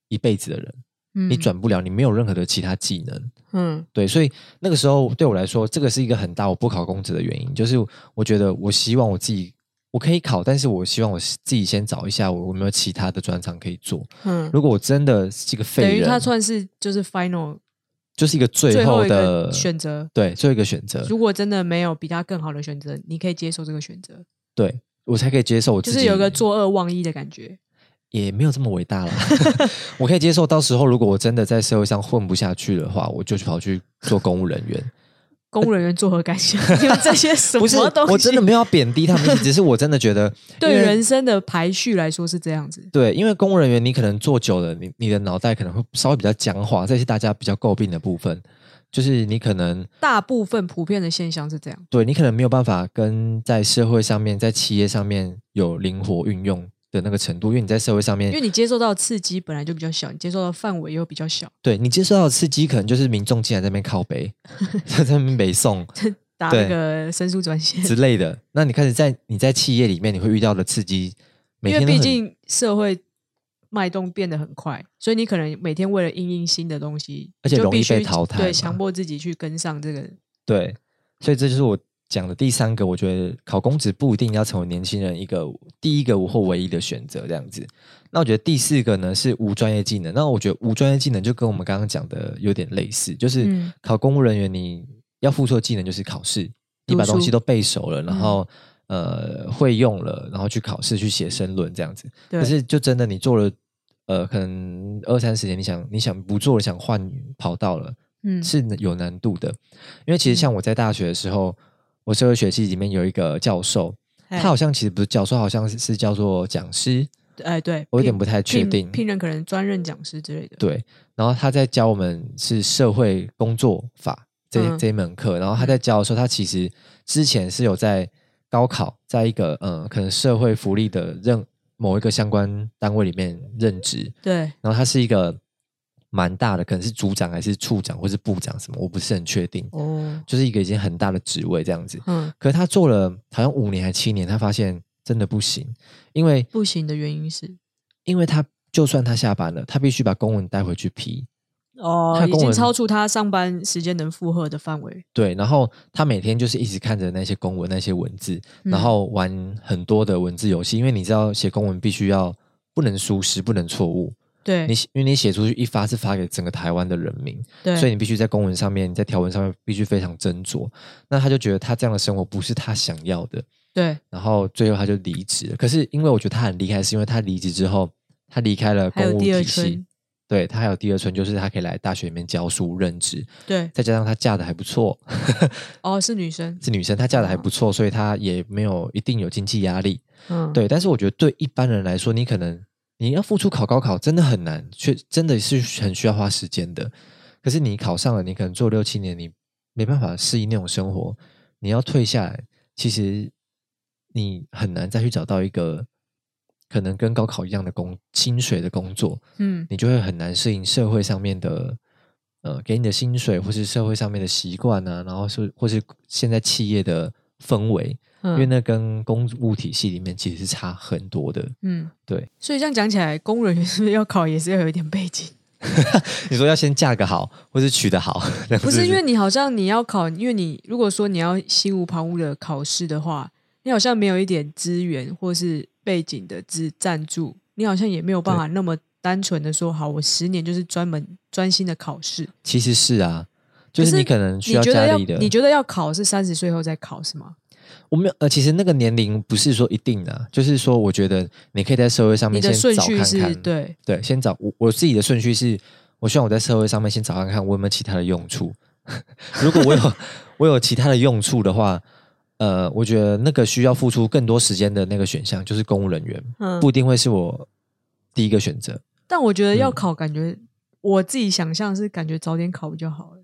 Speaker 1: 一辈子的人，
Speaker 2: 你
Speaker 1: 你，转不了，你没有任何的其他技能。
Speaker 2: 嗯
Speaker 1: 对，所以那个时候对我来说，这个是一个很大我不考公职的原因，就是我觉得我希望我自己我可以考，但是我希望我自己先找一下我有没有其他的专长可以做。
Speaker 2: 嗯，
Speaker 1: 如果我真的是一个
Speaker 2: 等
Speaker 1: 废
Speaker 2: 于他
Speaker 1: 人，
Speaker 2: 算是就是 final
Speaker 1: 就是一个最
Speaker 2: 最
Speaker 1: 后
Speaker 2: 一
Speaker 1: 的
Speaker 2: 个选择。
Speaker 1: 对，最后一个选择，
Speaker 2: 如果真的没有比他更好的选择，你可以接受这个选择，
Speaker 1: 对我才可以接受我
Speaker 2: 就
Speaker 1: 自己。
Speaker 2: 是有一个作恶忘一的感觉。
Speaker 1: 也没有这么伟
Speaker 2: <laughs>
Speaker 1: 大啦，我可以接受。到时候如果我真的在社会上混不下去的话，我就去跑去做公务人员。
Speaker 2: 公务人员作何感想？你们
Speaker 1: <laughs>
Speaker 2: 这些什
Speaker 1: 不是
Speaker 2: 么东，西？
Speaker 1: 我真的没有要贬低他们，只是我真的觉得
Speaker 2: <laughs> 对
Speaker 1: 因为
Speaker 2: 人生的排序来说是这样子。
Speaker 1: 对，因为公务人员你可能做久了，你你的脑袋可能会稍微比较僵化，这是大家比较诟病的部分，就是你可能
Speaker 2: 大部分普遍的现象是这样，
Speaker 1: 对你可能没有办法跟在社会上面、在企业上面有灵活运用的那个程度，因为你在社会上
Speaker 2: 因为
Speaker 1: 面，
Speaker 2: 你接受到刺激本来就比较小，你接受到范围又比较小，
Speaker 1: 对你接受到的刺激可能就是民众进来在那边靠
Speaker 2: <laughs>
Speaker 1: 北，在那边北宋
Speaker 2: 打
Speaker 1: 对
Speaker 2: 那个申诉专线，
Speaker 1: 之类的，那你开始在你在企业里面你会遇到的刺激，每
Speaker 2: 因为
Speaker 1: 天都
Speaker 2: 毕
Speaker 1: 很
Speaker 2: 竟社会脉动变得很快，所以你可能每天为了应应新的东西，
Speaker 1: 而且
Speaker 2: 就
Speaker 1: 容易
Speaker 2: 必须
Speaker 1: 被淘汰嘛
Speaker 2: 对，强迫自己去跟上这个。
Speaker 1: 对，所以这就是我讲的第三个，我觉得考公职不一定要成为年轻人一个第一个或唯一的选择这样子。那我觉得第四个呢是无专业技能，那我觉得无专业技能就跟我们刚刚讲的有点类似，就是
Speaker 2: 嗯
Speaker 1: 考公务人员你要付出的技能就是考试，你
Speaker 2: 读
Speaker 1: 把东西
Speaker 2: 书
Speaker 1: 都背熟了，然
Speaker 2: 嗯
Speaker 1: 后。呃，会用了，然后去考试，去写申论这样子。
Speaker 2: 对，
Speaker 1: 可是就真的你做了，呃，可能二三十年，你想你想不做了，想换跑道了，
Speaker 2: 嗯
Speaker 1: 是有难度的，因为其实像我在大学的时候，我社会学系里面有一个教授，他
Speaker 2: 哎
Speaker 1: 好像其实不是教授，好像是是叫做讲师，
Speaker 2: 哎对，
Speaker 1: 我有点
Speaker 2: 聘
Speaker 1: 不太确
Speaker 2: 聘
Speaker 1: 定。
Speaker 2: 聘任可能专任讲师之类的。
Speaker 1: 对，然后他在教我们是社会工作法这、
Speaker 2: 嗯
Speaker 1: 这一门课，然后他在教的时候，他其实之前是有在高考，在一个呃可能社会福利的任某一个相关单位里面任职，
Speaker 2: 对，
Speaker 1: 然后他是一个蛮大的，可能是组长还是处长或是部长什么，我不是很确定。
Speaker 2: 哦，
Speaker 1: 就是一个已经很大的职位这样子。
Speaker 2: 嗯，
Speaker 1: 可是他做了好像五年还七年，他发现真的不行，因为
Speaker 2: 不行的原因是
Speaker 1: 因为他就算他下班了，他必须把公文带回去批，
Speaker 2: 哦
Speaker 1: 他，
Speaker 2: 已
Speaker 1: 跟我
Speaker 2: 经超出他上班时间能负荷的范围。
Speaker 1: 对，然后他每天就是一直看着那些公文、那些文字，
Speaker 2: 嗯
Speaker 1: 然后玩很多的文字游戏，因为你知道写公文必须要不能疏失，不能错误，
Speaker 2: 对
Speaker 1: 你，写因为你写出去一发是发给整个台湾的人民，
Speaker 2: 对，
Speaker 1: 所以你必须在公文上面、你在条文上面必须非常斟酌。那他就觉得他这样的生活不是他想要的，
Speaker 2: 对，
Speaker 1: 然后最后他就离职了。可是因为我觉得他很厉害，是因为他离职之后，他离开了
Speaker 2: 还
Speaker 1: 公
Speaker 2: 有
Speaker 1: 务
Speaker 2: 第二
Speaker 1: 体
Speaker 2: 春
Speaker 1: 系，，对她还有第二春，就是她可以来大学里面教书任职，
Speaker 2: 对，
Speaker 1: 再加上她嫁的还不错，
Speaker 2: 哦，是女生，
Speaker 1: 是女生，她嫁的还不错，所以她也没有一定有经济压力。
Speaker 2: 嗯，，
Speaker 1: 对，但是我觉得对一般人来说，你可能你要付出考高考真的很难，却真的是很需要花时间的。可是你考上了，你可能做六七年，你没办法适应那种生活，你要退下来，其实你很难再去找到一个可能跟高考一样的工薪水的工作。
Speaker 2: 嗯，
Speaker 1: 你就会很难适应社会上面的，呃，给你的薪水或是社会上面的习惯啊，然后是或是现在企业的氛围，因为
Speaker 2: 嗯，
Speaker 1: 那跟公务体系里面其实是差很多的。
Speaker 2: 嗯，
Speaker 1: 对，
Speaker 2: 所以这样讲起来，公务人员是不是要考也是要有一点背景？
Speaker 1: 你说要先嫁个好，或是娶得好， <laughs> 这样
Speaker 2: <laughs> 不
Speaker 1: 是
Speaker 2: 是因为你好像你要考，因为你如果说你要心无旁骛的考试的话，你好像没有一点资源或是背景的资赞助，你好像也没有办法那么单纯的说，好，我十年就是专门专心的考试。
Speaker 1: 其实是啊，就
Speaker 2: 可
Speaker 1: 是
Speaker 2: 是
Speaker 1: 你可能需
Speaker 2: 你觉得
Speaker 1: 家
Speaker 2: 要
Speaker 1: 里的，
Speaker 2: 你觉得要考是三十岁后再考是吗？
Speaker 1: 我没有呃，其实那个年龄不是说一定的啊、就是说我觉得你可以在社会上
Speaker 2: 你
Speaker 1: 面
Speaker 2: 的
Speaker 1: 先
Speaker 2: 顺
Speaker 1: 找
Speaker 2: 序
Speaker 1: 看
Speaker 2: 是
Speaker 1: 看，
Speaker 2: 对，
Speaker 1: 对，先找我我自己的顺序是，我希望我在社会上面先找看看我有没有其他的用处。 <laughs> 如果我有我有其他的用处的话，呃，我觉得那个需要付出更多时间的那个选项就是公务人员，
Speaker 2: 嗯
Speaker 1: 不一定会是我第一个选择。
Speaker 2: 但我觉得要
Speaker 1: 嗯
Speaker 2: 考，感觉、我自己想象是感觉早点考比较好了。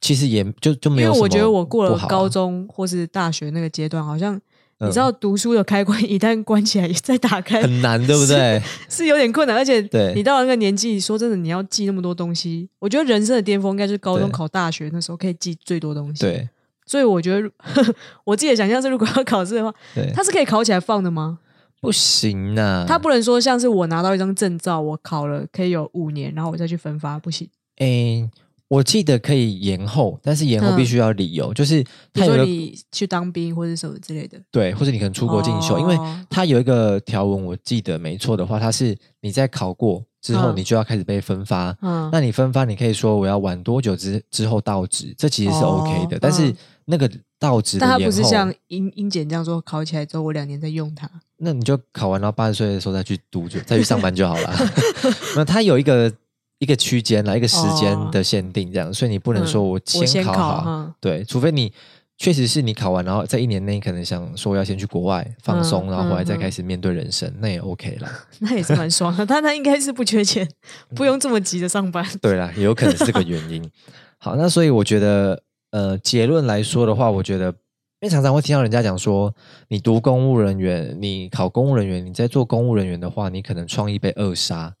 Speaker 1: 其实也就就没
Speaker 2: 因
Speaker 1: 有
Speaker 2: 为
Speaker 1: 什么不好啊、嗯
Speaker 2: 我觉得我过了高中或是大学那个阶段，好像你知道读书的开关一旦关起来， <laughs> 再打
Speaker 1: <laughs>
Speaker 2: 开
Speaker 1: 很难，对不对？
Speaker 2: 是有点困难，而且
Speaker 1: 对
Speaker 2: 你到了那个年纪，说真的，你要记那么多东西，我觉得人生的巅峰应该是高中
Speaker 1: 对
Speaker 2: 考大学那时候可以记最多东西。，
Speaker 1: 对
Speaker 2: 所以我觉得 <laughs> 我自己的想象是，如果要考试的话，
Speaker 1: <laughs> 对，嗯
Speaker 2: 它是可以考起来放的吗？
Speaker 1: 不行啊呐、
Speaker 2: 它不能说像是我拿到一张证照，我考了可以有五年，然后我再去分发，不行。
Speaker 1: 诶、我记得可以延后，但是延后
Speaker 2: 嗯
Speaker 1: 必须要理由，就是
Speaker 2: 比
Speaker 1: 它
Speaker 2: 如
Speaker 1: 有
Speaker 2: 说
Speaker 1: 一个
Speaker 2: 你去当兵或者什么之类的，
Speaker 1: 对，或者你可能出国进修，因为
Speaker 2: 哦
Speaker 1: 它有一个条文，我记得没错的话，它是你在考过之后，
Speaker 2: 嗯
Speaker 1: 你就要开始被分发。
Speaker 2: 嗯，
Speaker 1: 那你分发，你可以说我要晚多久之之后到职，这其实是
Speaker 2: 哦
Speaker 1: OK 的。但是
Speaker 2: 嗯
Speaker 1: 那个到职的
Speaker 2: 但它
Speaker 1: 延后，
Speaker 2: 不是像英英检这样说，考起来之后我两年再用它。
Speaker 1: 那你就考完，然后八十岁的时候再去读就再去上班就好了。 <laughs> 那它有一个一个区间啦，一个时间
Speaker 2: 哦
Speaker 1: 的限定，这样，所以你不能
Speaker 2: 嗯
Speaker 1: 说我
Speaker 2: 我先
Speaker 1: 考好，
Speaker 2: 嗯
Speaker 1: 对，除非你确实是你考完，然后在一年内可能想说要先去国外放松，
Speaker 2: 嗯
Speaker 1: 然后回来再
Speaker 2: 嗯嗯
Speaker 1: 开始面对人生，那也 OK 啦。 <laughs>
Speaker 2: 那也是蛮爽的。但他应该是不缺钱，不用这么急着上班。
Speaker 1: 对啦，也有可能是这个原因。 <laughs> 好，那所以我觉得，呃，结论来说的话，我觉得。因为常常会听到人家讲说，你读公务人员，你考公务人员，你在做公务人员的话，你可能创意被扼杀，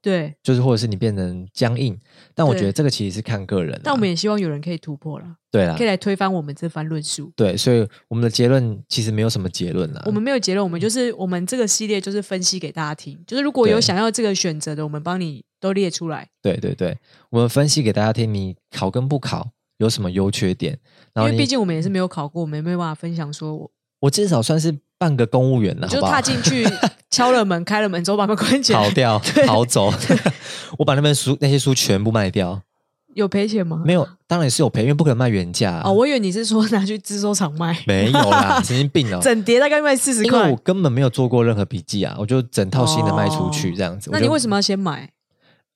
Speaker 2: 对，
Speaker 1: 就是或者是你变成僵硬。但我
Speaker 2: 对
Speaker 1: 觉得这个其实是看个人啦，啊
Speaker 2: 但我们也希望有人可以突破了，
Speaker 1: 对啦
Speaker 2: 可以，来推翻我们这番论述。
Speaker 1: 对，所以我们的结论其实没有什么结论啦。
Speaker 2: 我们没有结论，我们就是我们这个系列就是分析给大家听，就是如果有
Speaker 1: 嗯对
Speaker 2: 想要这个选择的，我们帮你都列出来，
Speaker 1: 对对对，我们分析给大家听，你考跟不考有什么优缺点。然
Speaker 2: 因
Speaker 1: 后你，
Speaker 2: 为毕竟我们也是没有考过，我们也没有办法分享说我，
Speaker 1: 我至少算是半个公务员了，
Speaker 2: 我
Speaker 1: 好
Speaker 2: 就
Speaker 1: 不好
Speaker 2: 踏？
Speaker 1: <laughs>
Speaker 2: 进去敲了门，开了门之后把门关起
Speaker 1: 逃
Speaker 2: 来，
Speaker 1: 掉，
Speaker 2: <laughs>
Speaker 1: 逃走，我把那本书那些书全部卖掉，
Speaker 2: 有赔钱吗？
Speaker 1: 没有，当然是有赔，因为不可能卖原价、啊。
Speaker 2: 哦，我以为你是说拿去自收厂卖，
Speaker 1: 没有
Speaker 2: <laughs>
Speaker 1: 啦，神经病哦、
Speaker 2: 整叠大概卖四十
Speaker 1: 因为
Speaker 2: 块
Speaker 1: 我，根本没有做过任何笔记啊，我就整套新的卖出去
Speaker 2: 哦
Speaker 1: 这样子。
Speaker 2: 那
Speaker 1: 我就
Speaker 2: 你为什么要先买？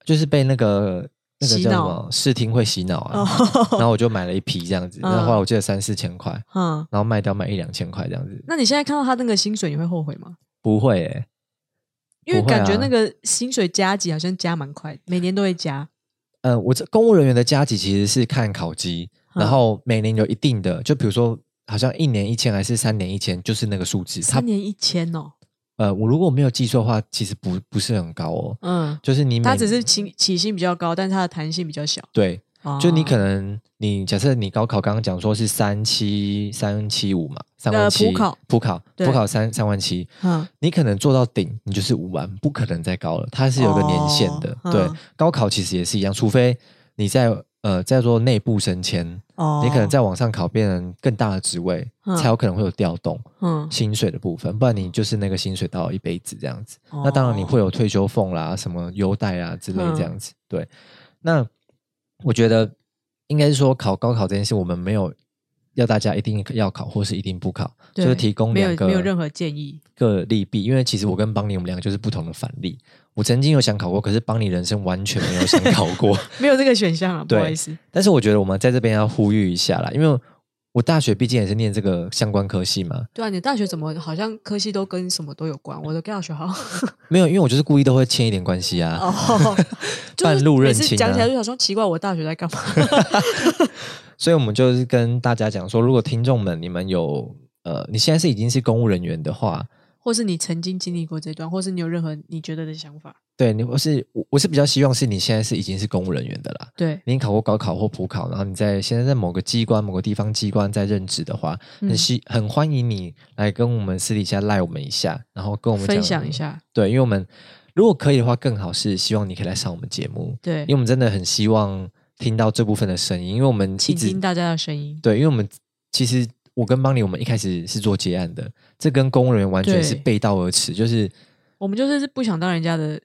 Speaker 1: 就是被那个那个
Speaker 2: 洗
Speaker 1: 叫什
Speaker 2: 脑哦
Speaker 1: 么试听会洗脑啊？然后我就买了一批这样子，
Speaker 2: 嗯
Speaker 1: 然后后来我记得三四千块，
Speaker 2: 嗯，
Speaker 1: 然后卖掉卖一两千块这样子，
Speaker 2: 那你现在看到他那个薪水，你会后悔吗？
Speaker 1: 不会、欸。
Speaker 2: 因为
Speaker 1: 不会啊
Speaker 2: 感觉那个薪水加级好像加蛮快的，每年都会加。
Speaker 1: 呃，我这公务人员的加级其实是看考绩，
Speaker 2: 嗯
Speaker 1: 然后每年有一定的，就比如说好像一年一千还是三年一千，就是那个数字。它
Speaker 2: 三年一千哦，
Speaker 1: 呃，我如果没有记错的话，其实不不是很高哦，
Speaker 2: 嗯，
Speaker 1: 就是你每
Speaker 2: 它只是哦起起薪比较高，但是它的弹性比较小。
Speaker 1: 对，就你可
Speaker 2: 能
Speaker 1: 能你假设你高考刚刚讲说是三七三七五嘛，三万
Speaker 2: 呃
Speaker 1: 七
Speaker 2: 普考
Speaker 1: 普考
Speaker 2: 对
Speaker 1: 普考三三万七，
Speaker 2: 嗯
Speaker 1: 你可能做到顶，你就是五万，不可能再高了，它是有个年限的。
Speaker 2: 哦
Speaker 1: 对
Speaker 2: 嗯，
Speaker 1: 高考其实也是一样，除非你在呃在做内部升迁，
Speaker 2: 哦
Speaker 1: 你可能再往上考变成更大的职位，
Speaker 2: 嗯
Speaker 1: 才有可能会有调动
Speaker 2: 嗯，
Speaker 1: 薪水的部分，不然你就是那个薪水到一辈子这样子。那当然你
Speaker 2: 哦
Speaker 1: 会有退休俸啦、什么优待啊之类
Speaker 2: 嗯
Speaker 1: 这样子。对，那我觉得应该是说考高考这件事，我们没有要大家一定要考或是一定不考，就
Speaker 2: 对
Speaker 1: 是提供
Speaker 2: 没有
Speaker 1: 两个
Speaker 2: 没有任何建议
Speaker 1: 个利弊。因为其实我跟邦尼我们两个就是不同的反例。我曾经有想考过，可是邦尼人生完全没有想考
Speaker 2: <laughs>
Speaker 1: 过。
Speaker 2: 没有这个选项啊，不
Speaker 1: 对
Speaker 2: 好意思。
Speaker 1: 但是我觉得我们在这边要呼吁一下啦，因为我大学毕竟也是念这个相关科系嘛，
Speaker 2: 对啊，你大学怎么好像科系都跟什么都有关？我的大学好像
Speaker 1: 没有，因为我就是故意都会牵一点关系啊。
Speaker 2: <laughs> 哦， <laughs> 就是
Speaker 1: 半路认
Speaker 2: 每次
Speaker 1: 亲啊
Speaker 2: 讲起来就想说奇怪，我大学在干
Speaker 1: <laughs>
Speaker 2: 嘛？
Speaker 1: 所以我们就是跟大家讲说，如果听众们你们有呃，你现在是已经是公务人员的话，
Speaker 2: 或是你曾经经历过这段，或是你有任何你觉得的想法？
Speaker 1: 对你我是我我是比较希望是你现在是已经是公务人员的啦。
Speaker 2: 对，
Speaker 1: 你考过高考或普考，然后你在现在在某个机关、某个地方机关在任职的话，
Speaker 2: 嗯
Speaker 1: 很希很欢迎你来跟我们私底下赖我们一下，然后跟我们讲
Speaker 2: 分享一。下。
Speaker 1: 对，因为我们如果可以的话，更好是希望你可以来上我们节目，
Speaker 2: 对
Speaker 1: 因为，我们真的很希望听到这部分的声音，因为我们一
Speaker 2: 倾
Speaker 1: 直
Speaker 2: 听大家的声音。
Speaker 1: 对，因为我们其实我跟邦尼，我们一开始是做结案的，这跟公务人员完全
Speaker 2: 对
Speaker 1: 是背道而驰，就是
Speaker 2: 我们就是不想当人家的，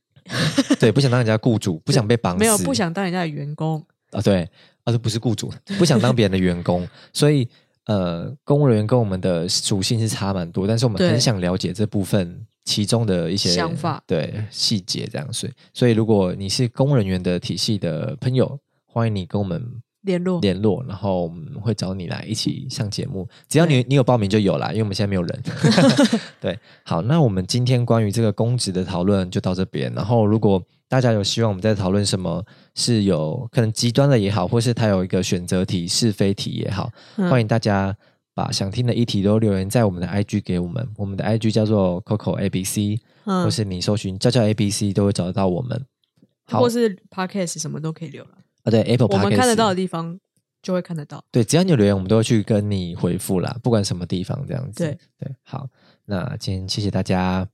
Speaker 1: 对不想当人家雇主，不想被绑死，
Speaker 2: <laughs> 没有不想当人家的员工。
Speaker 1: 啊，对啊，这不是雇主，不想当别人的员工，所以呃，公务人员跟我们的属性是差蛮多，但是我们
Speaker 2: 对
Speaker 1: 很想了解这部分。其中的一些
Speaker 2: 想法
Speaker 1: 对细节这样，所以所以如果你是公务人员的体系的朋友，欢迎你跟我们
Speaker 2: 联络
Speaker 1: 联络，然后我们会找你来一起上节目。只要你你有报名就有啦，因为我们现在没有
Speaker 2: <laughs>
Speaker 1: 人。 <laughs> 对，好，那我们今天关于这个公职的讨论就到这边。然后，如果大家有希望我们在讨论什么是有可能极端的也好，或是它有一个选择题、是非题也好，
Speaker 2: 嗯
Speaker 1: 欢迎大家把想听的议题都留言在我们的 IG 给我们。我们的 IG 叫做 Coco ABC，、
Speaker 2: 嗯
Speaker 1: 或是你搜寻叫叫 ABC 都会找得到我们。好
Speaker 2: 或是 podcast 什么都可以留了，
Speaker 1: 啊，对，Apple
Speaker 2: 我
Speaker 1: Podcast
Speaker 2: 们看得到的地方就会看得到。
Speaker 1: 对，只要你有留言，我们都会去跟你回复啦，不管什么地方这样子。
Speaker 2: 对
Speaker 1: 对，好，那今天谢谢大家，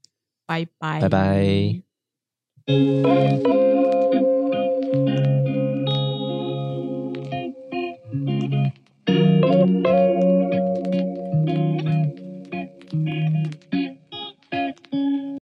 Speaker 2: 拜拜，
Speaker 1: 拜拜。